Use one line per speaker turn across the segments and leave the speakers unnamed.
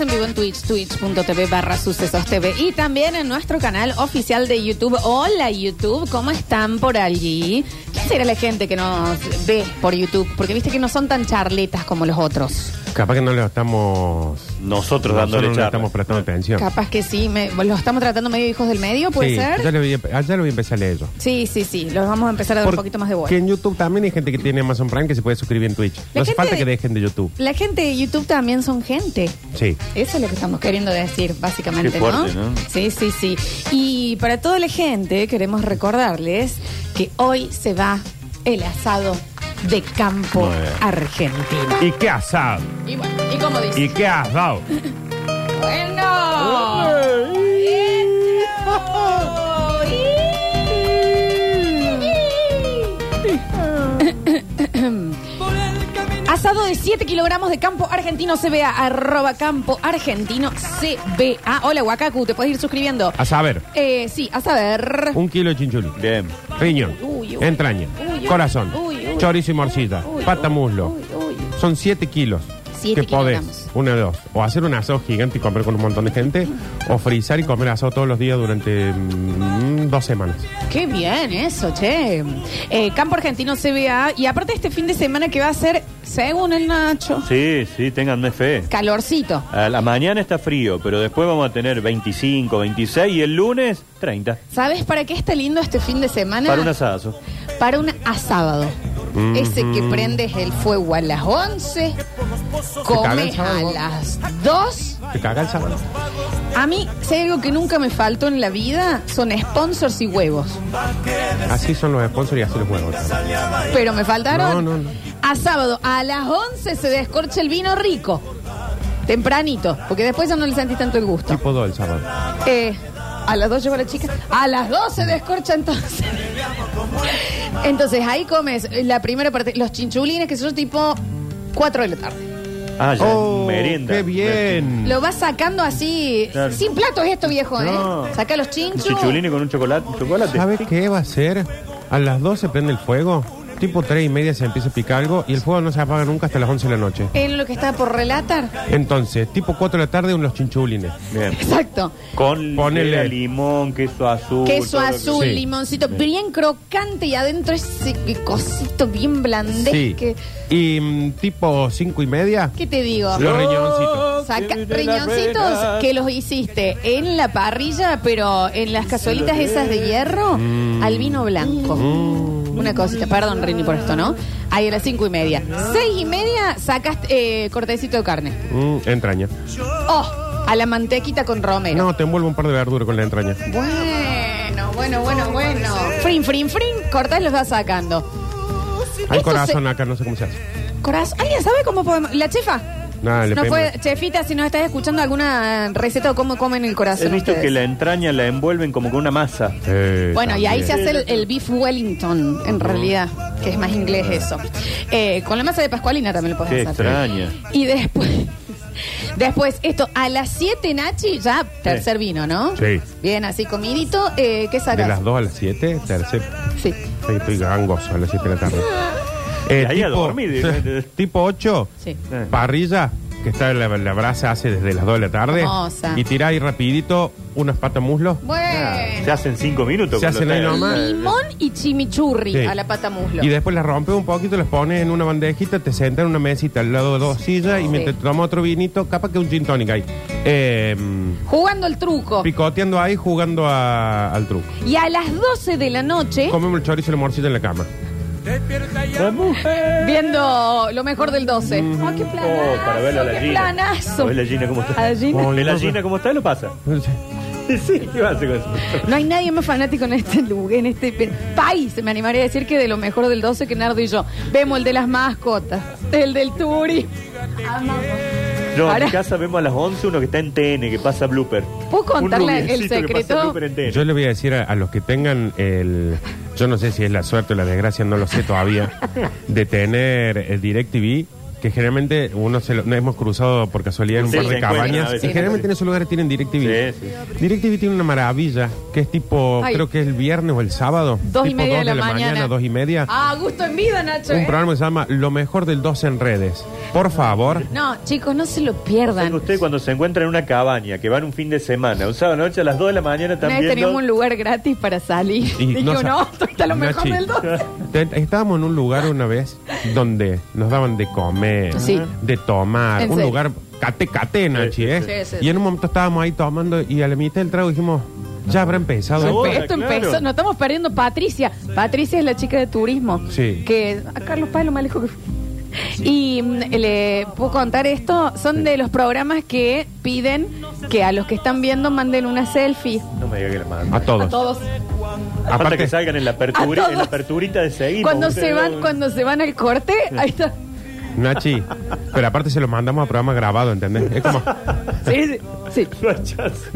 en vivo en Twitch, twitch.tv barra sucesos TV. Y también en nuestro canal oficial de YouTube. Hola YouTube, ¿cómo están por allí? ¿Quién será la gente que nos ve por YouTube? Porque viste que no son tan charletas como los otros.
Capaz que no lo estamos.
Nosotros
Nosotros
dándole
no le
charla.
estamos prestando atención.
Capaz que sí, me- los estamos tratando medio hijos del medio, ¿puede
sí,
ser?
Ya lo, voy a, ya lo voy a empezar a leer yo.
Sí, sí, sí, los vamos a empezar a dar un
Porque
poquito más de vuelta.
Que en YouTube también hay gente que tiene Amazon Prime que se puede suscribir en Twitch.
La
no hace
gente
falta
de-
que dejen de YouTube.
La gente de YouTube también son gente.
Sí.
Eso es lo que estamos queriendo decir, básicamente,
Qué fuerte,
¿no?
¿no?
Sí, sí, sí. Y para toda la gente queremos recordarles que hoy se va el asado de campo
Muy bien.
argentino.
¿Y qué has dado?
Y bueno, y como dice.
¿Y qué has dado?
Bueno. Asado de 7 kilogramos de campo argentino CBA, arroba campo argentino CBA. Hola, Huacacu, te puedes ir suscribiendo.
A saber,
Eh, sí, a saber.
un kilo de chinchulín,
Bien.
riñón,
Uy, uy.
entraña,
Uy, uy.
corazón,
Uy, uy.
chorizo y morcilla,
Uy, uy,
pata
uy,
muslo.
uy, uy.
Son 7 kilos.
Siete
que podés,
kilogramos.
una de dos, o hacer un asado gigante y comer con un montón de gente, o frizar y comer asado todos los días durante mm, dos semanas.
Qué bien eso, che. Eh, Campo Argentino CBA. Y aparte este fin de semana que va a ser, según el Nacho,
Sí, sí, ténganme fe.
calorcito.
A la mañana está frío, pero después vamos a tener 25, 26 y el lunes 30.
¿Sabes para qué está lindo este fin de semana?
Para un asadazo.
Para un asábado.
Mm.
Ese que prendes el fuego a las 11,
caga
comes
el
a
sábado.
las 2.
¿Te caga el sábado?
A mí, si hay algo que nunca me faltó en la vida, son sponsors y huevos.
Así son los sponsors y así los juegos.
Pero me faltaron.
No, no, no.
A sábado, a las 11 se descorcha el vino rico. Tempranito, porque después ya no le sentís tanto el gusto.
Tipo 2 el sábado.
Eh, a las 2 llegó la chica. A las 2 se descorcha entonces. Entonces ahí comes la primera parte, los chinchulines, que son tipo 4 de la tarde.
Ah, ya
Oh,
merienda.
¡Qué bien!
Lo vas sacando así,
Mm. Claro.
sin plato es esto viejo, ¿eh?
No.
Saca los
Un
chinchos.
chichulini con un chocolate. chocolate.
¿Sabes qué va a ser? A las 12 prende el fuego, tipo 3 y media se empieza a picar algo y el fuego no se apaga nunca hasta las 11 de la noche.
Es lo que está por relatar.
Entonces, tipo 4 de la tarde, unos chinchulines.
Bien.
Exacto.
Con
Ponele.
era limón, queso azul.
Queso
Uh, todo lo que-
azul,
Sí.
limoncito, bien crocante y adentro ese cosito bien blandez
Sí.
que-
Y mm, tipo 5 y media,
¿Qué te digo?
Los riñoncitos.
Oh, Saca riñoncitos que los hiciste en la parrilla, pero en las cazuelitas esas de hierro, al vino blanco. Una cosita, perdón Rini por esto, ¿no? Ahí a las cinco y media. Seis y media sacas eh, cortecito de carne.
mm, entraña.
Oh, a la mantequita con romero.
No, te envuelvo un par de verduras con la entraña.
Bueno, bueno, bueno, bueno. Frin, frin, frin, cortás y los vas sacando.
Hay
Esto
corazón acá, no sé cómo se hace.
Corazón. ¿Alguien sabe cómo podemos.? ¿La chefa?
Nada, Ah, le
no
pedimos-
puede- Chefita, si nos estás escuchando alguna eh, receta o cómo comen el corazón.
He visto
ustedes.
que la entraña la envuelven como con una masa.
Eh,
Bueno, y ahí
también.
se hace el, el beef Wellington, en realidad, que es más inglés eso. Eh, con la masa de pascualina también lo puedes
Qué
hacer.
extraña.
Y después, después esto, a las 7, Nachi, ya tercer vino, ¿no?
Sí.
Bien, así comidito, eh, ¿qué
De
sacas?
las 2 a las 7, tercer.
Sí.
Sí, estoy gangoso a las 7 de la tarde. Eh,
Y ahí a dormir, directamente.
tipo 8,
Sí.
parrilla, que está la, la brasa hace desde las 2 de la tarde.
Hermosa.
Y tirá ahí rapidito unas patas muslos.
Se
Bueno.
hacen cinco minutos.
Se
cuando
hacen ahí
está-
nomás.
Limón y chimichurri
Sí.
a la pata muslo.
Y después las rompes un poquito, las pones en una bandejita, te sentas en una mesita al lado de dos sillas y mientras tomas otro vinito, capaz que un gin tonic ahí. Eh,
Jugando el truco.
picoteando ahí, jugando a- al truco.
Y a las 12 de la noche,
Comemos el chorizo y el morcito en la cama.
La mujer.
viendo lo mejor del 12. ¡Ah, qué planazo!
Oh, para ver a la
¡Qué
gallina.
planazo!
A ver la gallina cómo está.
A la gallina.
Oh,
¿Ve la
no,
gallina
no.
cómo está? ¿Lo pasa? Sí, ¿qué va a hacer con eso?
No hay nadie más fanático en este lugar, en este pe- país, me animaría a decir que de lo mejor del 12 que Nardo y yo. Vemos el de las mascotas, el del turismo. Amamos.
No,
Ahora-
en mi casa vemos a las 11 uno que está en TN, que pasa blooper.
¿Puedo contarle
Un
el
rubiecito que
secreto?
pasa blooper en TN.
Yo le voy a decir a, a los que tengan el. Yo no sé si es la suerte o la desgracia, no lo sé todavía. De tener el DirecTV, que generalmente uno se lo, no hemos cruzado por casualidad en un
Sí,
par de
se encuentran
cabañas.
a veces.
y generalmente en esos lugares tienen DirecTV.
Sí,
DirecTV tiene una maravilla, que es tipo,
Ay.
creo que es el viernes o el sábado.
Dos y
tipo
media
dos
de la, mañana.
dos y media.
Ah, gusto en vida, Nacho.
un
¿eh?
programa que se llama Lo mejor del 12 en redes. Por favor.
No, chicos, no se lo
¿Saben
pierdan.
Usted cuando se encuentra en una cabaña, que van un fin de semana, un sábado noche a las 2 de la mañana
Una
también.
vez teníamos un lugar gratis para salir.
Y
Dije, no,
sa-
esto está lo mejor
Nachi,
del 12.
te- Estábamos en un lugar una vez donde nos daban de comer,
Ah, Sí.
de tomar,
En
un
serio.
lugar cate cate, Nachi, ¿eh?
sí. Sí, sí.
Y en un momento estábamos ahí tomando y a la mitad del trago dijimos,
Ah,
ya habrá empezado.
Sí. Ahora,
Esto
claro.
empezó, nos estamos perdiendo Patricia. Patricia es la chica de turismo.
Sí.
Que a Carlos Paz es lo más lejos que fue. Y mm, le puedo contar esto, son de los programas que piden que a los que están viendo manden una selfie.
No me diga que la manda.
A todos.
A todos.
Aparte
Aparte-
que salgan en la
A
apertura,
todos.
en la aperturita de seguir.
Cuando se van, cuando se van al corte, ahí está.
Nachi, pero aparte se lo mandamos a programa grabado, ¿entendés? Es como,
Sí, sí, sí.
Bueno,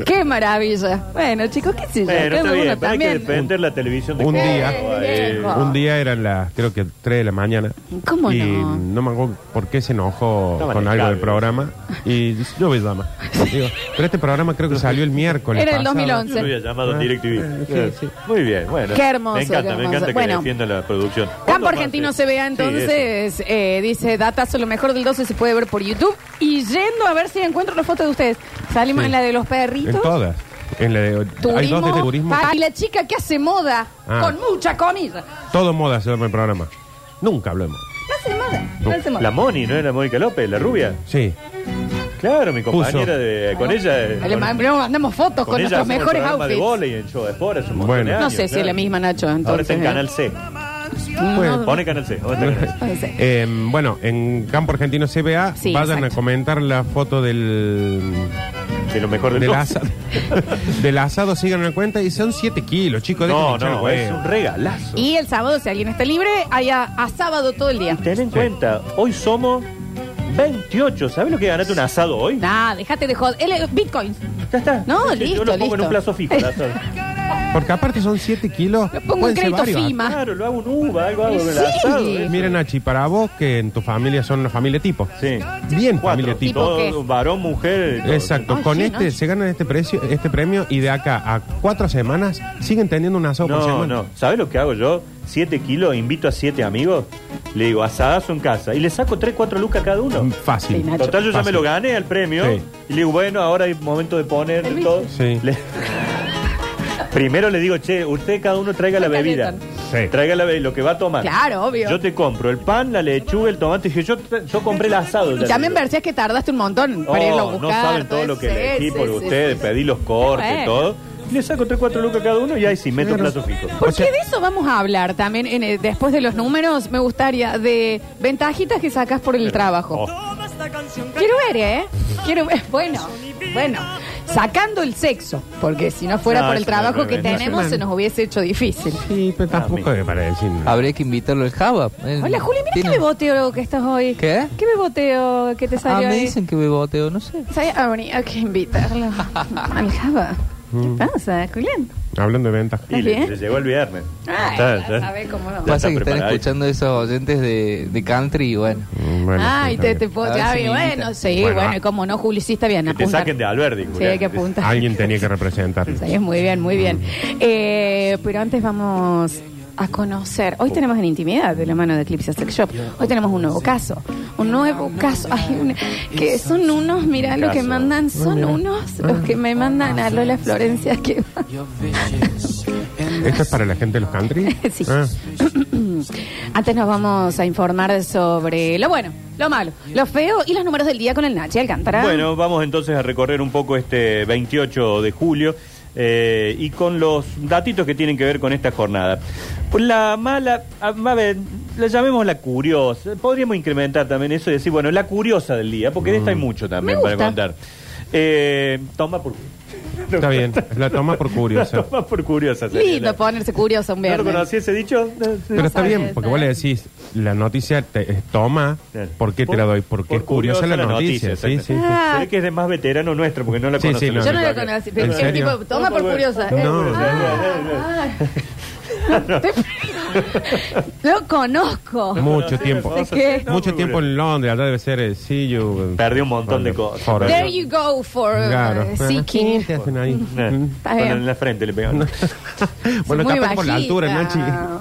Qué maravilla. Bueno, chicos, qué sé yo. cada
está
uno
bien, pero hay que
también.
depender la televisión de
un
cada
día, Eh,
uno ahí.
Eh, viejo.
un día eran las, creo que 3 de la mañana.
¿Cómo
y
no?
me acuerdo por qué se enojó
Estaban
con algo del
esclaves.
programa. Y yo me llama. Digo, pero este programa creo que salió el miércoles.
Era el
pasado.
2011.
Yo lo hubiera llamado
Ah,
DirecTV.
sí,
Claro.
sí.
Muy bien, bueno.
eh, Qué hermoso,
Me encanta,
qué
me
hermoso.
encanta que
Bueno.
defienda la producción.
Campo
¿Cuándo
Argentino
más, eh?
se vea
Sí,
entonces, eh, dice Datazo, lo mejor del 12 se puede ver por YouTube. Y yendo a ver si encuentro las fotos de ustedes. Salimos
Sí.
en la de los
En
perritos.
todas. En la de- hay dos de turismo.
pa- y la chica que hace moda,
Ah.
con mucha comida.
Todo moda se llama el programa. Nunca hablamos.
No hace moda, no hace
eso.
moda.
La Moni, ¿no era Mónica López, la rubia?
Sí.
Claro, mi compañera de, con ella. eh,
Le
con-
mandamos mandamos fotos con,
ella
nuestros
hacemos el
mejores
programa De
outfits.
bola y en show de sport hace un montón
Bueno.
de
No
No
años,
sé si
claro.
es la misma, Nacho. Entonces, ¿eh?
Ahora está en Canal C.
No, no.
Pone Canal C. ahora está en Canal C.
Entonces,
Eh, Pues, bueno, en Campo Argentino CBA
Sí,
vayan
exacto.
a comentar la foto del
De lo mejor del
del
mundo.
asado. del asado sigan en cuenta y son 7 kilos, chicos.
No,
déjenme
no,
echar
es
huevo.
un regalazo.
Y el sábado, si alguien está libre, hay a, a sábado todo el día.
Ten en cuenta, hoy somos 28. ¿Sabes lo que ganaste un asado hoy?
Nah, déjate de joder. El- Bitcoins.
Ya está.
No, listo,
Yo lo pongo en
listo.
un plazo fijo. el asado.
Porque aparte son 7 kilos.
Lo pongo en
pueden ser
crédito
varios.
FIMA.
claro, lo hago un uva, algo hago
Sí.
con el asado.
Sí.
¿eh?
Mira, Nachi, para vos que en tu familia son una familia tipo.
Sí.
Bien
Cuatro.
familia tipo.
¿Tipo qué?
Todo, varón, mujer. todo.
Exacto,
Ay,
con
sí,
este
¿no?
se ganan este precio, este premio y de acá a cuatro semanas siguen teniendo un asado por
No,
semana.
no. ¿Sabes lo que hago yo? Siete kilos, invito a siete amigos. Le digo, asadazo en casa. Y le saco tres, cuatro lucas a cada uno.
Sí,
Fácil.
Nacho.
Total, yo ya
Mm. Fácil.
me lo gané al premio.
Sí.
Y le digo, bueno, ahora es momento de poner
El
todo.
Sí.
Le- Primero le digo, che, usted cada uno traiga la
Está
bebida.
bien,
Sí.
Traiga la bebida, lo que va a tomar.
Claro, obvio.
Yo te compro el pan, la lechuga, el tomate. Dije, yo, yo compré el asado. le
Ya me
digo.
envergías que tardaste un montón
Oh,
para irlo a buscar.
¿eh? no saben todo
eso.
lo que
Sí,
elegí
sí,
por
sí,
ustedes,
sí.
pedí los cortes,
Bueno.
todo. Y le saco 3, 4 lucas cada uno y ahí sí meto
Claro.
plato fijo.
¿Por
O sea-
qué de eso vamos a hablar también en el- después de los números? Me gustaría de ventajitas que sacas por el trabajo.
Oh,
Quiero ver, ¿eh? Quiero ver. Bueno, bueno. Sacando el sexo, porque si no fuera
No,
por el
eso no,
trabajo
no,
que
no,
tenemos
no.
se nos hubiese hecho difícil.
Sí, pero tampoco
Ah,
me parece.
Habría que invitarlo al Java. Eh,
Hola, Juli, mira qué
tiene-
beboteo que estás hoy.
¿Qué?
¿Qué beboteo que te
Ah,
salió
me
ahí?
dicen que beboteo, no sé.
¿Sabes? Habría que invitarlo al Java.
Mm.
¿Qué pasa, Julián?
Hablando de ventas.
y
bien.
le, le llegó el viernes.
Ay,
Está, está.
ya sabés cómo no.
Ya
Pasa
está
que están
preparado.
escuchando esos oyentes de, de country y bueno.
Mm, bueno,
Ay,
está
te,
bien.
te puedo.
A ver
ya
si
vi,
me invitan.
bueno, sí,
Bueno,
bueno,
ah.
y cómo no, Juli, sí está bien.
Que te
apunta.
saquen de Alberti.
Sí, hay que apuntar.
Alguien tenía que representar.
Sí, muy bien, muy bien. Eh, pero antes vamos a conocer. Hoy tenemos en intimidad de la mano de Eclipse Sex Shop. Hoy tenemos un nuevo caso. Un nuevo caso. Ay, un- que son unos, mirá lo que
Caso.
mandan. Son unos los que me mandan a Lola Florencia. Que
¿Esto es para la gente de los country?
Sí.
Ah,
Antes nos vamos a informar sobre lo bueno, lo malo, lo feo y los números del día con el Nachi Alcántara.
Bueno, vamos entonces a recorrer un poco este 28 de julio eh, y con los datitos que tienen que ver con esta jornada. Pues la mala, a, a ver, la llamemos la curiosa. Podríamos incrementar también eso y decir, bueno, la curiosa del día, porque de esta hay mucho
Mm.
también
Me
para
gusta.
contar. Eh, toma por
está bien, la toma por curiosa.
toma por curiosa. sería
Lindo
la-
ponerse curioso un
¿No lo
viernes.
conocí ese dicho?
Pero está
sabía
bien,
esa,
porque vos
¿eh?
le decís, la noticia te, es toma, ¿por qué te la doy? Porque es curiosa la noticia. sí, sí, sí.
Ah.
Creo que es de más veterano nuestro, porque no la
Sí, sí,
conoce.
no,
Yo no la
Claro.
conocí,
¿En
pero es
serio?
tipo, toma por curiosa.
No.
Eh, Ah, ah. Te- Lo conozco.
Mucho tiempo.
¿De qué?
Mucho tiempo en Londres, allá debe ser eh, el See You.
Perdí un montón de cosas.
Forever.
There you go for uh,
Claro.
seeking.
¿Qué te hacen ahí?
Eh,
Está
con
bien.
en la frente le pegaron.
bueno,
Muy
capaz por la
bajita.
altura, Nachi.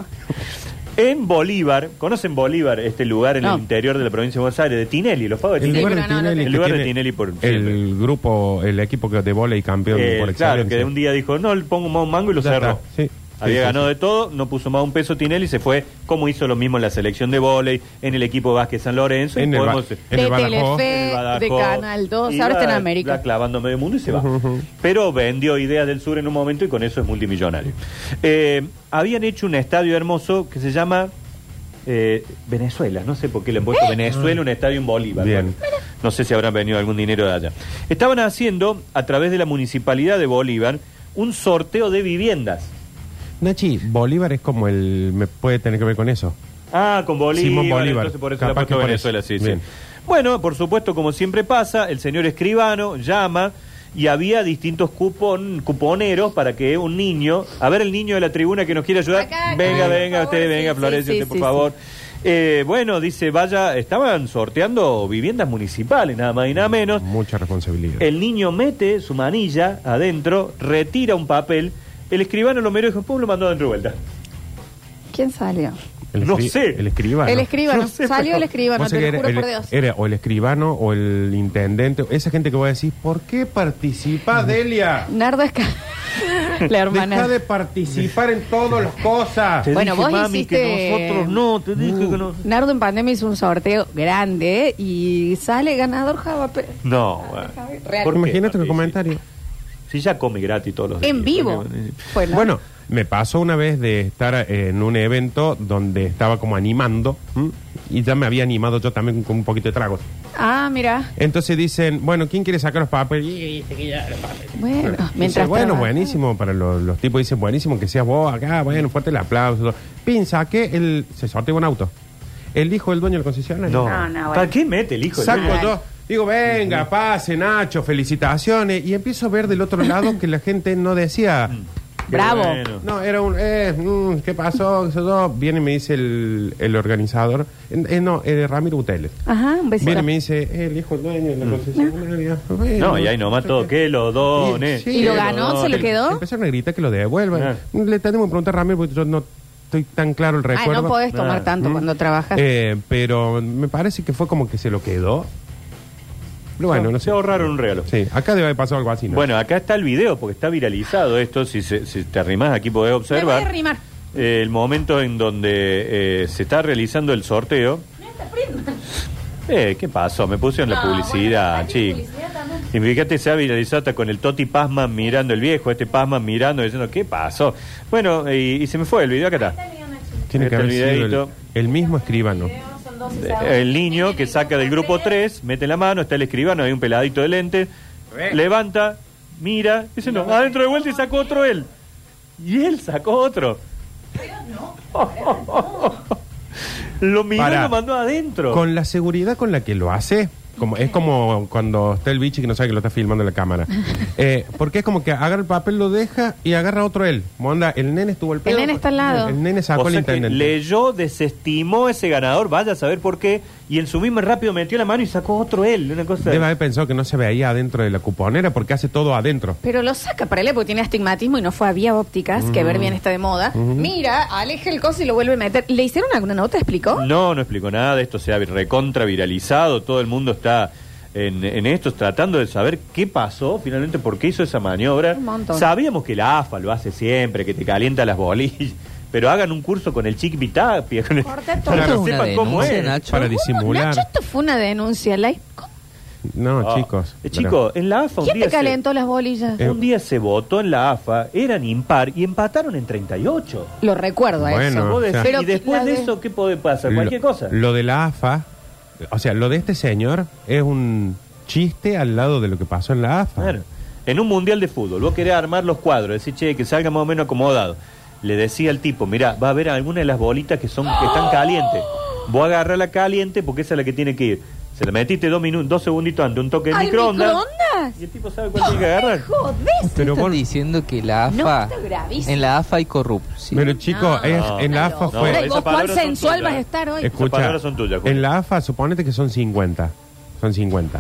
En Bolívar, ¿conocen Bolívar, este lugar en
No.
el interior de la provincia de Buenos Aires? De Tinelli, los pagos de
El
Sí,
Tinelli.
lugar de
pero no, no
Tinelli
te-
que
El lugar de
tiene
Tinelli por siempre.
El grupo, el equipo que de volei campeón
Eh,
por
claro,
excelencia.
que de un día dijo, no, le pongo más un mango y lo
Ya
cerró.
está, sí.
Había
Sí, sí,
ganado de todo, no puso más un peso Tinelli, se fue, como hizo lo mismo en la selección de vóley, en el equipo Vázquez San Lorenzo. y
En el ba-
podemos-
En
de
el Badajoz.
en el
Telefe, de
Badajoz.
Canal 2,
Y
ahora
va-
está en
va
América.
clavando medio mundo y se va.
Ujú, ujú.
Pero vendió ideas del sur en un momento y con eso es multimillonario. Eh, habían hecho un estadio hermoso que se llama eh, Venezuela. No sé por qué le han puesto
¿Eh?
Venezuela, un estadio en Bolívar.
Bien.
No sé si habrán venido algún dinero de allá. Estaban haciendo, a través de la municipalidad de Bolívar, un sorteo de viviendas.
Nachi, Bolívar es como el. ¿Me puede tener que ver con eso?
Ah, con Bolívar.
Simón Bolívar.
Entonces por eso
Capaz
la puso
que por
Venezuela,
eso.
sí, sí.
Bien.
Bueno, por supuesto, como siempre pasa, el señor escribano llama y había distintos cupon, cuponeros para que un niño, a ver el niño de la tribuna que nos quiere ayudar,
Acá, acá,
venga,
por
venga,
favor,
usted,
sí,
venga,
sí,
Florencia,
sí,
usted, por
sí,
favor. Eh, bueno, dice, vaya, estaban sorteando viviendas municipales, nada más y nada menos.
Mucha responsabilidad.
El niño mete su manilla adentro, retira un papel, el escribano lo miró y dijo, "Pum", lo mandó adentro de vuelta.
¿Quién salió?
El
no
escri-
sé.
El escribano.
El escribano.
No sé,
salió
pero-
el escribano,
Vos
te
sabés
lo
que
juro
era,
por
el- eh.
Dios.
era o el escribano o el intendente. Esa gente que va a decir, ¿por qué participa Delia?
Nardo Esca... la hermana.
Deja de participar en todas las cosas.
Te
Bueno,
dije,
vos
mami,
hiciste-
que nosotros no, te dije que no.
Nardo en pandemia hizo un sorteo grande y sale ganador Java. Pe- Ah,
No,
Real.
¿Por qué?
Imagínate
No,
los
sí,
comentarios.
Si ya come gratis todos los días. eh,
En vivo. Fue, ¿no?
eh. Bueno, me pasó una vez de estar eh, en un evento donde estaba como animando ¿m? y ya me había animado yo también con- con un poquito de trago.
Ah, mira.
Entonces dicen, bueno, ¿quién quiere sacar los papeles?
Bueno, ah,
Dice,
mientras.
bueno,
trabaja.
buenísimo para los, los tipos. Dicen, buenísimo que seas vos acá. Bueno, fuerte el aplauso. Pin, saqué el... Se sorteó un auto. El hijo del dueño del concesionario.
No,
No, no,
¿Para
bueno.
qué mete el hijo? de
Saco
Bueno.
yo, digo, venga, pase, Nacho, felicitaciones. Y empiezo a ver del otro lado que la gente no decía.
Qué
Bravo.
bueno.
No, era un, eh, mm, ¿qué pasó? Eso, eso. Viene y me dice el, el organizador, eh, eh, no, eh, Ramiro Buteles.
Ajá, un besito.
Viene y me dice, eh, el hijo del dueño de la concesionaria. Bueno,
No, y ahí nomás todo, que lo dones.
Sí,
¿Y lo ganó? ¿Se lo quedó?
Empezaron a gritar que lo devuelvan. Le tenemos que preguntar a Ramiro porque yo no estoy tan claro el
Ah,
recuerdo.
no podés tomar
Ah.
tanto
Mm.
cuando trabajas.
Eh, pero me parece que fue como que se lo quedó. Pero bueno, no, sé.
Se ahorraron un regalo.
Sí, acá debe haber pasado algo así. ¿no?
Bueno, acá está el video porque está viralizado esto. Si, se- si te arrimas aquí
Me
podés
voy a
observar
arrimar.
eh, el momento en donde eh, se está realizando el sorteo. Eh, ¿Qué pasó? Me pusieron la publicidad, chico. Y fíjate, se ha viralizado hasta con el Toti Pasma mirando el viejo, este Pasma mirando, diciendo, ¿qué pasó? Bueno, y, y se me fue el video, acá está.
tiene que
este
haber sido el,
videíto.
el mismo escribano.
Eh, El niño que saca del grupo 3, mete la mano, está el escribano, hay un peladito de lente, levanta, mira, dice no, adentro de vuelta y sacó otro él. Y él sacó otro. Lo miró y
Pará.
lo mandó adentro.
Con la seguridad con la que lo hace, como, es como cuando está el bicho que no sabe que lo está filmando la cámara. Eh, porque es como que agarra el papel, lo deja y agarra otro él. Como onda, el nene estuvo al pedo.
nene está al lado.
El nene sacó
O
al
sea que
intendente.
leyó, desestimó ese ganador, vaya a saber por qué, y en su mismo rápido metió la mano y sacó otro él, una cosa.
Debe haber pensado que no se veía adentro de la cuponera porque hace todo adentro.
Pero lo saca para él porque tiene astigmatismo y no fue a vía ópticas, que
Mm.
ver bien está de moda. Mira, aleja el coso y lo vuelve a meter. ¿Le hicieron alguna nota? ¿Explicó?
No, no explicó nada, esto se ha recontra viralizado, todo el mundo está en, en esto tratando de saber qué pasó finalmente, por qué hizo esa maniobra.
Un montón.
Sabíamos que la AFA lo hace siempre, que te calienta las bolillas, pero hagan un curso con el chiquipitapia, con el-
Corta todo.
para que
Una
sepan cómo
denuncia,
es.
Nacho.
Para
¿Cómo,
disimular.
Nacho, esto fue una denuncia, ¿la?
No,
Ah,
chicos.
eh, chicos, en la AFA un
¿Quién
día,
te
se,
calentó las bolillas?
Eh,
un día se votó en la AFA, eran impar y empataron en 38.
Lo recuerdo a
Bueno,
eso.
Vos decís,
Ah, o sea-
Pero
y después
la
de
de-
eso, ¿qué puede pasar?
Lo-
Cualquier cosa.
Lo de la AFA, o sea, lo de este señor es un chiste al lado de lo que pasó en la AFA.
Claro. En un mundial de fútbol, vos querés armar los cuadros, decís, che, que salga más o menos acomodado. Le decía al tipo, mirá, va a haber alguna de las bolitas que son que están calientes. Vos agarrá la caliente porque esa es la que tiene que ir. Se la metiste dos minutos, dos segunditos antes, un toque de
¿Al
microondas.
microondas? agarras?
Y el tipo sabe cuál tiene que agarrar.
¡Jodés!
Pero
Pero
vos-
diciendo que la
No,
AFA.
está gravísimo.
en la AFA hay corrupción.
Pero chicos,
Ah, No,
es-
no,
en la
no,
AFA
no.
fue...
Ay, vos
Esas
cuán
palabras son
sensual
tuyas.
vas a estar hoy.
Escucha,
palabras son tuyas, Julio.
en la AFA suponete que son 50. Son 50.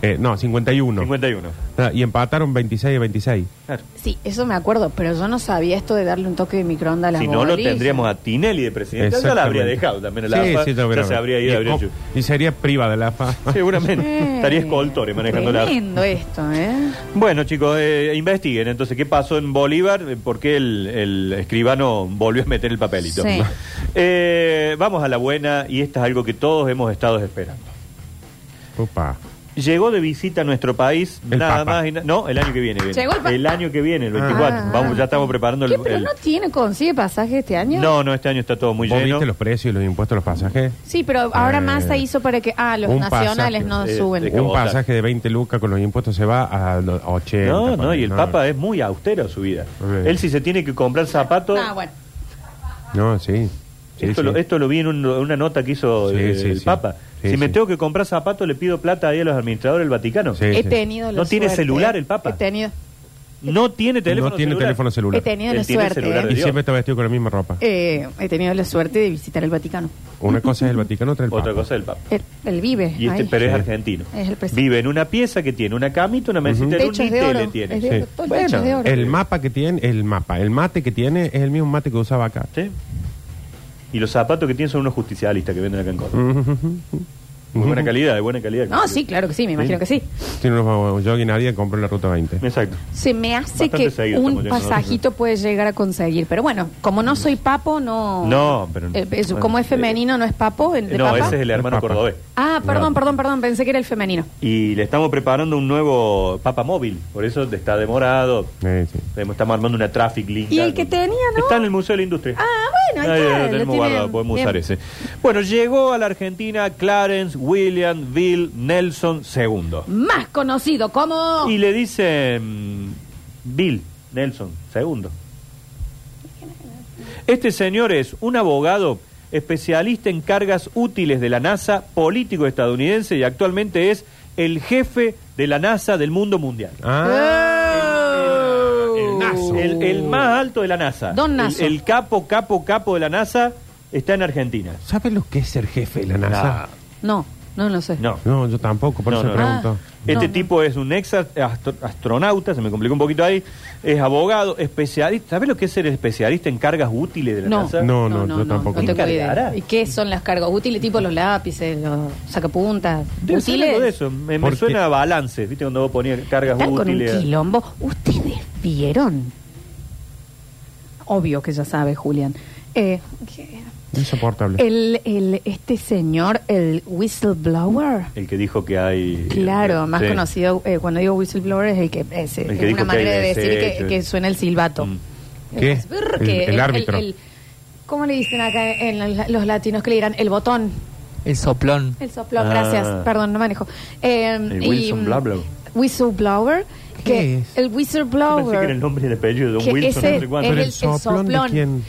Eh, no, 51.
51.
Ah, Y empataron 26 y 26.
Claro.
Sí, eso me acuerdo, pero yo no sabía esto de darle un toque de microondas a las
Si no, lo
bolillas.
tendríamos a Tinelli de presidente. Ya la habría dejado también el
Sí,
AFA.
sí,
ya
lo hubiera-
se habría ido.
y,
habría
com-
hecho-
y sería priva de la AFA.
Seguramente.
Eh,
Estaría escoltore manejando la AFA.
Tremendo esto, ¿eh?
Bueno, chicos, eh, investiguen. Entonces, ¿qué pasó en Bolívar? Eh, ¿Por qué el, el escribano volvió a meter el papelito?
Sí.
Eh, vamos a la buena, y esta es algo que todos hemos estado esperando.
Upa.
Llegó de visita a nuestro país,
El
nada
Papa.
más y na- No, el año que viene. viene.
Llegó el Papa.
año que viene, el 24.
Ah.
Vamos, ya estamos preparando el.
¿Qué, pero
el-
no tiene, consigue pasaje este año?
no, no, este año está todo muy
¿Vos
lleno.
viste los precios y los impuestos de los pasajes?
Sí, pero ahora
Eh,
Massa hizo para que... Ah, los
un
nacionales
pasaje,
no
eh,
suben.
de-
Un
votar.
pasaje de 20 lucas con los impuestos se va a lo- a 80.
No, no,
ponele,
y el Papa es muy austero en su vida.
Sí.
Él si se tiene que comprar zapatos...
Ah, bueno.
No, sí. sí, sí.
esto, Lo, este esto lo vi en un- una nota que hizo
Sí,
eh,
sí,
el
sí.
Papa.
Sí,
si me
sí.
tengo que comprar zapatos, le pido plata ahí a los administradores del Vaticano.
Sí,
He
sí.
tenido la
No tiene
suerte.
celular el Papa.
He tenido,
No tiene teléfono
no tiene
celular.
teléfono celular.
he tenido la
Él tiene
suerte.
celular
¿eh?
de
Y
Dios.
siempre está vestido con la misma ropa.
Eh, he tenido la suerte de visitar el Vaticano.
Una cosa es el Vaticano, otra el Papa.
Otra cosa del Papa.
Él, él vive.
Y este
ahí.
pero es
Sí.
argentino.
Es el presidente.
Vive en una pieza que tiene una camita, una mesita, un
Techos de
tele
oro.
tiene.
Es de oro,
Sí.
todo el
Bueno,
techo es de oro.
El mapa que tiene, el mapa, el mate que tiene es el mismo mate que usaba acá.
Sí. Y los zapatos que tiene son unos justicialistas que venden acá en Córdoba. Muy buena calidad, de buena calidad.
No, sí, claro que sí, me imagino que sí.
Tiene unos jogging nadie compró en la ruta 20.
Exacto.
Se me hace
Bastante
que
seguido estamos
un
yendo nosotros.
pasajito puede llegar a conseguir. Pero bueno, como no soy papo, no.
No, pero-
Eh, es-
bueno,
como es femenino, no es papo. el de
No,
papa.
ese es el hermano
El Papa.
cordobés.
Ah, perdón,
No.
perdón, perdón. Pensé que era el femenino.
Y le estamos preparando un nuevo Papa Móvil, por eso está demorado.
Sí, sí.
Estamos armando una traffic link.
¿Y el que tenía, no?
Está en el Museo de la Industria.
Ah, bueno, ahí
Ahí
está,
lo
lo
tenemos
tienen.
guardado, podemos
Bien.
usar ese. Bueno, llegó a la Argentina Clarence William Bill Nelson II.
Más conocido como.
Y le dicen Bill Nelson II. Este señor es un abogado especialista en cargas útiles de la NASA, político estadounidense y actualmente es el jefe de la NASA del mundo mundial.
Ah,
¡Oh!
el nazo.
El, el más alto de la NASA.
Don
El-
Nazo.
El, capo, capo, capo de la NASA está en Argentina.
¿Sabes lo que es ser jefe de la NASA?
No, no lo sé.
No.
No, yo tampoco, por
No,
eso
no,
pregunto.
no.
Este
no.
tipo es un ex astro- astronauta, se me complicó un poquito ahí, es abogado, especialista. ¿Sabes lo que es ser especialista en cargas útiles de la
No.
NASA?
No, no, yo tampoco.
tengo
¿Qué
idea.
cargará?
¿Y qué son las cargas útiles? Tipo los lápices, los sacapuntas.
Debe ser
¿Útiles?
algo de eso. Me, me
Porque-
suena a balance, ¿viste? Cuando vos ponías cargas
Están con un
útiles.
quilombo. ¿Ustedes vieron? Obvio que ya sabe, Julián. Eh, que-
Insoportable.
el, el, este señor, el whistleblower.
El que dijo que hay. eh,
Claro, más
Sí.
conocido, eh, cuando digo whistleblower es el que es, eh,
El que
es
dijo que
una manera
hay
de decir que,
desecho.
que suena el silbato.
Mm.
¿Qué?
Es brr,
El-
que
el árbitro.
¿Cómo le dicen acá en la- los latinos que le dirán? El botón.
El soplón.
El soplón,
Ah.
gracias. Perdón, no manejo. Eh,
El
y, mm,
whistleblower.
Whistleblower.
¿Qué
que
es?
El
Pensé que era el
whistleblower.
nombre y el apellido de Don
Que
Wilson,
ese
no sé
es
cuánto.
Pero
el-
el,
el
soplón, de
soplón.
quién.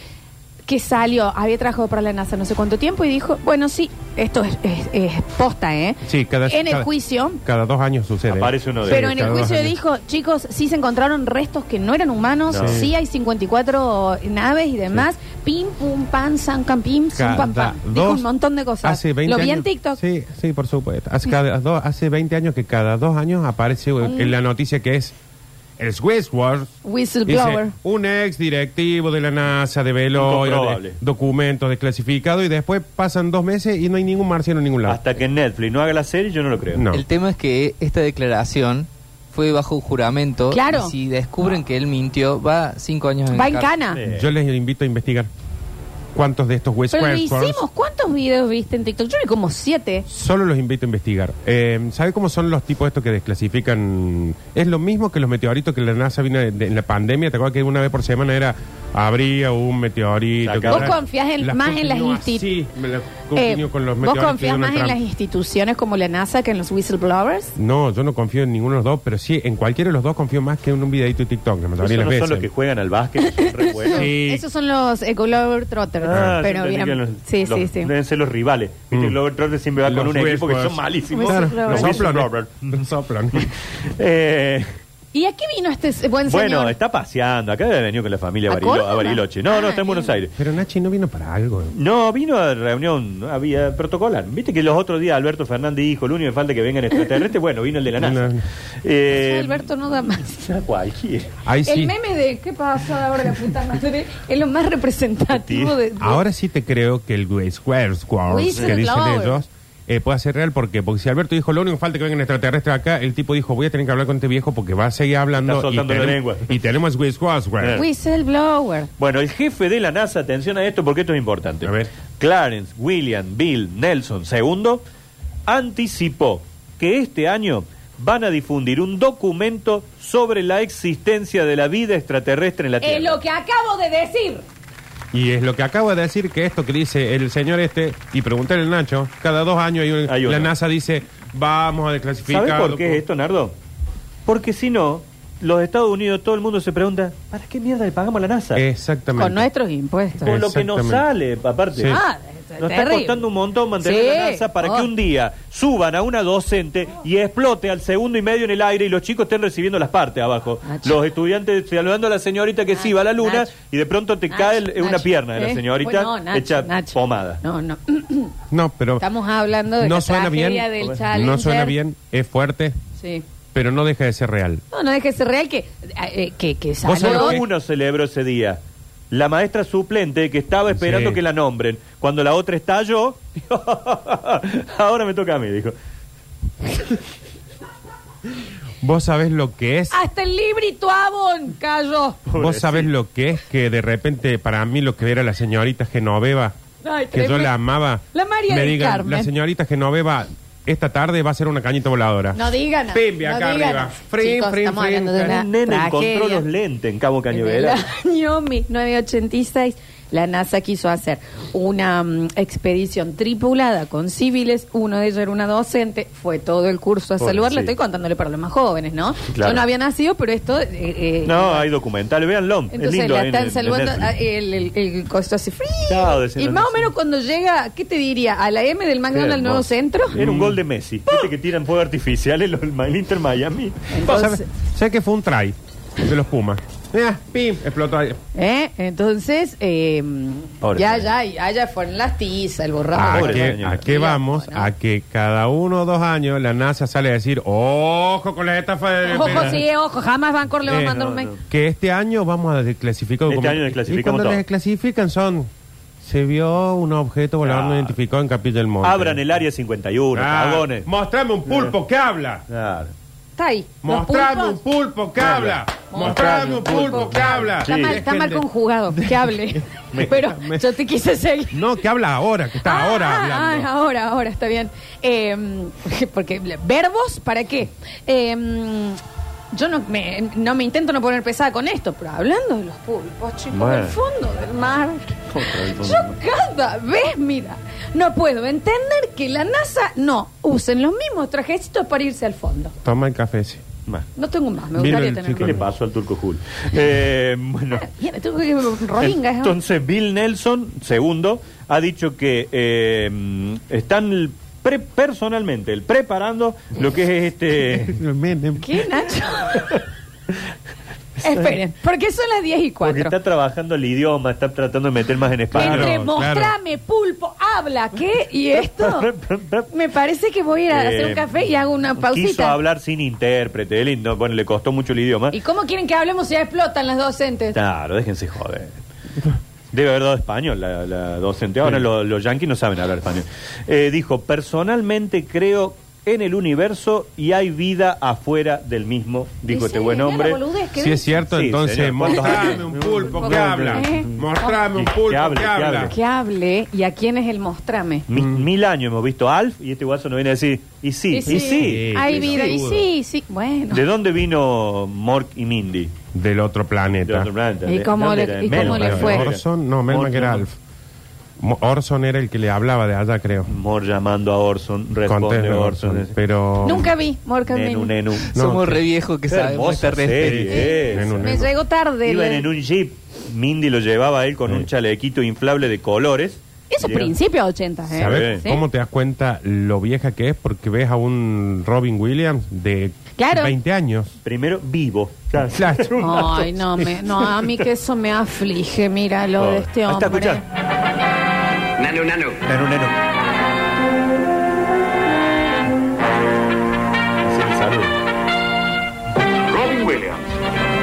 Que salió, había trabajado para la NASA no sé cuánto tiempo y dijo, bueno, sí, esto es, es- es posta, ¿eh?
Sí, cada,
En el
cada-
juicio.
Cada dos años sucede. ¿eh?
Aparece uno de
Pero
Sí,
en el
cada dos
juicio
años.
dijo, chicos, sí se encontraron restos que no eran humanos,
No.
sí hay 54 naves y demás, pim, pum, pan, san, cam, pim, zum, pam,
Cada
pam. Dijo
dos-
un montón de cosas.
Hace 20
¿Lo vi
años,
en TikTok?
Sí, sí, por supuesto. Hace, cada dos- hace 20 años que cada dos años aparece en la noticia que es el Swissword.
Whistleblower.
Dice, un ex directivo de la NASA develó
Incomprobable.
de- documentos desclasificados y después pasan dos meses y no hay ningún marciano en ningún lado.
Hasta que Netflix no haga la serie, yo no lo creo.
No.
El tema es que esta declaración fue bajo juramento.
Claro.
Y si descubren que él mintió, va cinco años en
Va en
cárcel.
cana.
Sí.
Yo les invito a investigar cuántos de estos
Pero lo
Whistleblower
hicimos, ¿cuántos videos viste en TikTok? Yo vi como siete.
Solo los invito a investigar. Eh, ¿Sabe cómo son los tipos estos que desclasifican? Es lo mismo que los meteoritos que la NASA vino de- de- en la pandemia. ¿Te acuerdas que una vez por semana era Habría un meteorito.
Sacá.
que
Vos
ahora
confiás en-
las
más en las
continúo
insti-
así, me las
Eh,
continúo con los
¿Vos
meteoritos de
confías más
Donald
en las
Trump.
instituciones como la NASA que en los whistleblowers?
No, yo no confío en ninguno de los dos, pero sí, en cualquiera de los dos confío más que en un videito de TikTok. La mayoría
Esos
de
no
las veces.
son los que juegan al básquet, que son re buenos.
Sí.
Esos son los eh, Glover Trotters.
Ah,
pero
yo entendí
bien.
que los-
sí, sí,
los-
sí.
Deben ser los rivales. Viste,
Mm.
Globetrotters siempre va con
Los
un equipo que
Westworld.
son malísimos.
Claro,
Whistleblower.
los soplan.
Whistleblower.
Los soplan.
Eh,
¿Y a qué vino este s- buen
bueno,
señor?
está paseando. Acá debe venir con la familia
¿A
a, Barilo-
Córdoba?
a Bariloche. No, no,
Ah,
está en Buenos
bien.
Aires.
pero Nachi no vino para algo.
No, vino a reunión, no había protocolar. Viste que los otros días Alberto Fernández dijo, lo único que falta es que vengan extraterrestres. Bueno, vino el de la NASA.
No. este,
Eh,
Ya Alberto no da más.
ya cualquiera.
Ahí sí.
El meme de ¿qué pasó ahora la puta madre? es lo más representativo de. de-
Ahora sí te creo que el Gwe- Square Square que dicen
Whistleblower.
ellos eh, puede ser real porque porque si Alberto dijo lo único que falta es que vengan extraterrestres acá, el tipo dijo voy a tener que hablar con este viejo porque va a seguir hablando
Está soltando la
tenem-
lengua.
y tenemos Gwe- Square Square.
Eh.
Whistleblower.
Bueno, el jefe de la NASA, atención a esto porque esto es importante.
A ver.
Clarence William Bill Nelson II anticipó que este año van a difundir un documento sobre la existencia de la vida extraterrestre en la Tierra.
Es Eh, lo que acabo de decir.
Y es lo que acaba de decir que esto que dice el señor este y preguntarle al Nacho, cada dos años hay un-
Hay uno.
la NASA dice vamos a desclasificar.
¿Sabes por qué
docu-
es esto, Nardo? Porque si no, los Estados Unidos, todo el mundo se pregunta, ¿para qué mierda le pagamos a la NASA?
Exactamente.
Con nuestros impuestos.
Con lo que nos
Eh, Exactamente.
sale, aparte.
Sí.
Ah, es
Nos está
terrible.
costando un montón mantener
Sí.
la NASA para
Oh.
que un día suban a una docente y explote al segundo y medio en el aire y los chicos estén recibiendo las partes abajo.
Nacho.
Los estudiantes saludando a la señorita que sí va a la luna
Nacho.
y de pronto te
Nacho,
cae el- una
Nacho.
pierna de la
¿Eh?
señorita
Bueno, no, Nacho,
hecha
Nacho.
pomada.
No, no.
No, pero
Estamos hablando de
no
la
suena bien,
tragedia del Challenger.
no suena bien, es fuerte,
Sí.
pero no deja de ser real.
No, no deje ser real que, eh, que, que
¿Vos sabés
salió.
lo que-
Uno celebró ese día. La maestra suplente que estaba esperando
Sí.
que la nombren. Cuando la otra estalló, ahora me toca a mí, dijo.
Vos sabés lo que es
Hasta el librito Avon cayó.
Vos sabés lo que es que de repente para mí lo que era la señorita Genoveva,
Ay,
que yo
tremendo.
la amaba,
La María
me
del
digan,
Carmen.
la señorita Genoveva esta tarde va a ser una cañita voladora.
No digan. nada,
Pimbi,
no
acá
digan
arriba.
nada.
Frin,
Chicos,
frin,
estamos
frin,
hablando de una
Un nene encontró
tragedia.
los lentes en Cabo
En el
Cañavera.
año 1986, la NASA quiso hacer una mm, expedición tripulada con civiles. Uno de ellos era una docente. Fue todo el curso a
Pobre,
saludarla.
sí.
Estoy contándole para los más jóvenes, ¿no?
Claro.
Yo no había nacido, pero esto. eh, eh,
No, hay documentales, véanlo. es
Entonces
lindo.
la
ahí en-
están
en
saludando,
Netflix.
ah, el, el, el costo hace frío.
Chao, decían
y
los
más o
nazis.
menos cuando llega, ¿qué te diría? ¿A la M del McDonald's
Hermoso.
Nuevo Centro? Mm.
Era un gol de Messi. Viste que tiran fuego artificial el, el Inter Miami.
Vos
Entonces,
sabés- ¿Sabés que fue un try de los Pumas? Mirá, Eh, pim, explotó ahí.
¿eh? Entonces eh,
Pobre
ya,
señor. Ah,
ya, ya, ya fueron las tizas, el
¿A
borrador.
pobre
qué,
señora.
a qué vamos?
Bueno.
A que cada uno o dos años la NASA sale a decir, ojo con las estafas de...
Ojo, sí, ojo, jamás Bancor le va a
Eh,
mandar
no,
un mail.
no.
Que este año vamos a desclasificar
Este
documentos.
año
Y
desclasificamos
cuando
todo.
desclasifican son... Se vio un objeto volador no
Ah.
identificado en Capilla del Monte.
Abran el área 51,
Ah,
cagones. Eh.
Mostrame un pulpo que habla.
Claro.
Está ahí. los
Mostrame
pulpos.
un pulpo que habla. Mostrame un pulpo que habla.
Está mal, está mal conjugado, que hable. Pero
me-
yo te quise seguir.
No, que habla ahora, que está
Ah,
ahora
ah,
hablando.
ah, ahora, ahora, está bien. Eh, porque, ¿verbos para qué? Eh, yo no me, no me intento no poner pesada con esto, pero hablando de los pulpos, chicos,
Bueno.
del fondo del mar.
Otra vez
Yo cada vez, mira, no puedo entender que la NASA no usen los mismos trajecitos para irse al fondo.
Toma el café, sí.
Bueno,
No tengo más, me
Mira
gustaría
el
tener
chico.
¿Qué le pasó al turco Jul? Eh, bueno.
Mira, tengo que Rolinga, ¿eh?
Entonces, Bill Nelson, segundo, ha dicho que eh, están pre- personalmente preparando lo que es este.
Menem.
¿Qué, Nacho? Esperen, porque son las 10 y
Porque
4.
está trabajando el idioma, está tratando de meter más en español.
Entre
Claro,
mostrame pulpo, habla, ¿qué? Y esto. Me parece que voy a ir a hacer un
Eh,
café y hago una
Quiso
pausita.
hablar sin intérprete, él no- bueno, le costó mucho el idioma.
¿Y cómo quieren que hablemos si ya explotan las docentes?
Claro, déjense joder. Debe haber dado español la, la docente. Ahora los, los yanquis no saben hablar español. Eh, dijo, personalmente creo en el universo y hay vida afuera del mismo, dijo
Y
este
sí,
buen
mira la
hombre.
boludez que
Si es
dice.
cierto,
Sí,
entonces
señor. ¿Cuántos
mostrame
años?
un pulpo que
¿Cuántos
habla.
años?
Mostrame un
Que
pulpo que
hable, que
habla.
hable.
Que hable y a quién es el mostrame.
Mi-
Mm.
Mil años hemos visto Alf y este guaso nos viene a decir, y sí, y sí.
sí.
Hay
sí,
vida y
seguro.
sí, sí. Bueno.
¿De dónde vino Mork y Mindy?
Del otro
De
planeta.
otro planeta.
¿Y
¿De
cómo
dónde
le-
era?
y cómo
Melman
le
era.
fue?
Orson, no, Melman que era
Orson.
Alf. Mo- Orson era el que le hablaba de allá, creo.
Mor llamando a Orson, responde
Conté, no,
Orson.
Pero.
Nunca vi Morgan
Nenu,
Mindy.
nenu.
No,
Somos
qué-
re viejos
Qué
que sabemos este
hermosa
esta
serie.
red.
Eh,
Nenu,
Me
nenu.
llegó tarde.
Iban
la-
en un jeep. Mindy lo llevaba a él con
Sí.
un chalequito inflable de colores.
Eso
Llegan-
principio 80, ¿eh?
¿Sabes
Sí.
cómo te das cuenta lo vieja que es? Porque ves a un Robin Williams de
Claro.
20 años.
Primero vivo.
Claro.
Ay, no, me, no, a mí que eso me aflige, mira lo de este
Ah, Ahí está,
hombre.
escuchá.
Nanu, nanu.
Nenu, nenu. Sí, salud.
Robin Williams.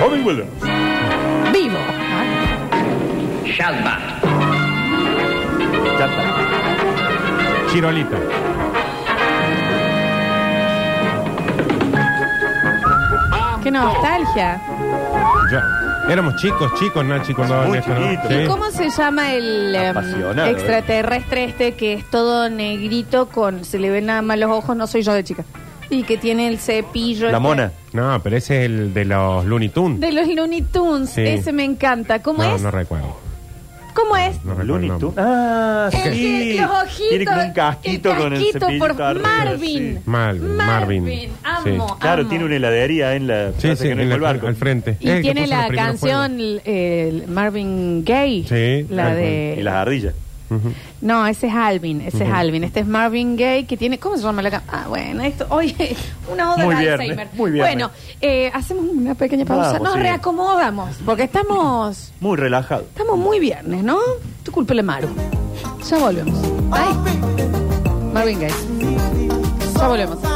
Robin Williams.
Vivo.
Shazbat.
Ya está.
Chirolita.
Qué nostalgia.
Yo- éramos chicos, chicos, Nachi, cuando daban
Muy
esto, ¿no?
chiquitos.
Sí.
¿Y cómo se llama el em,
Apasionado, ¿eh?
extraterrestre este que es todo negrito con se le ven nada más los ojos? No soy yo de chica. Y que tiene el cepillo.
La
este-
mona.
No, pero ese es el de los Looney Tunes.
De los Looney Tunes.
Sí.
Ese me encanta. ¿Cómo
no,
es?
no recuerdo.
¿Cómo es?
No recuerdo el
Looney
nombre.
Tunes. Ah,
El
sí.
que- los ojitos.
Tiene como un casquito,
el
con el
casquito
cepillito
por
arriba,
Marvin.
sí.
Marvin, Marvin.
Amo,
Sí.
Claro,
amo.
tiene una heladería en la
Sí,
plaza
sí,
que
en
no es
la-
el barco.
al frente.
Y
Eh, que
tiene
puso
la
los primeros
canción eh, el Marvin Gaye.
Sí,
La
tal
de.
Y las ardillas.
juegos. Ujú.
No, ese es Alvin, ese es Alvin. Este es Marvin Gaye, que tiene... ¿Cómo se llama la ca- Ah, bueno, esto... Oye, una oda
Muy
de
viernes,
Alzheimer.
muy viernes.
Bueno, eh, hacemos una pequeña pausa.
Vamos,
Nos
sí.
reacomodamos, porque estamos...
Muy relajado.
Estamos muy viernes, ¿no? Tu culpa, le Maru. Ya volvemos. Ay. Marvin Gaye. Ya volvemos.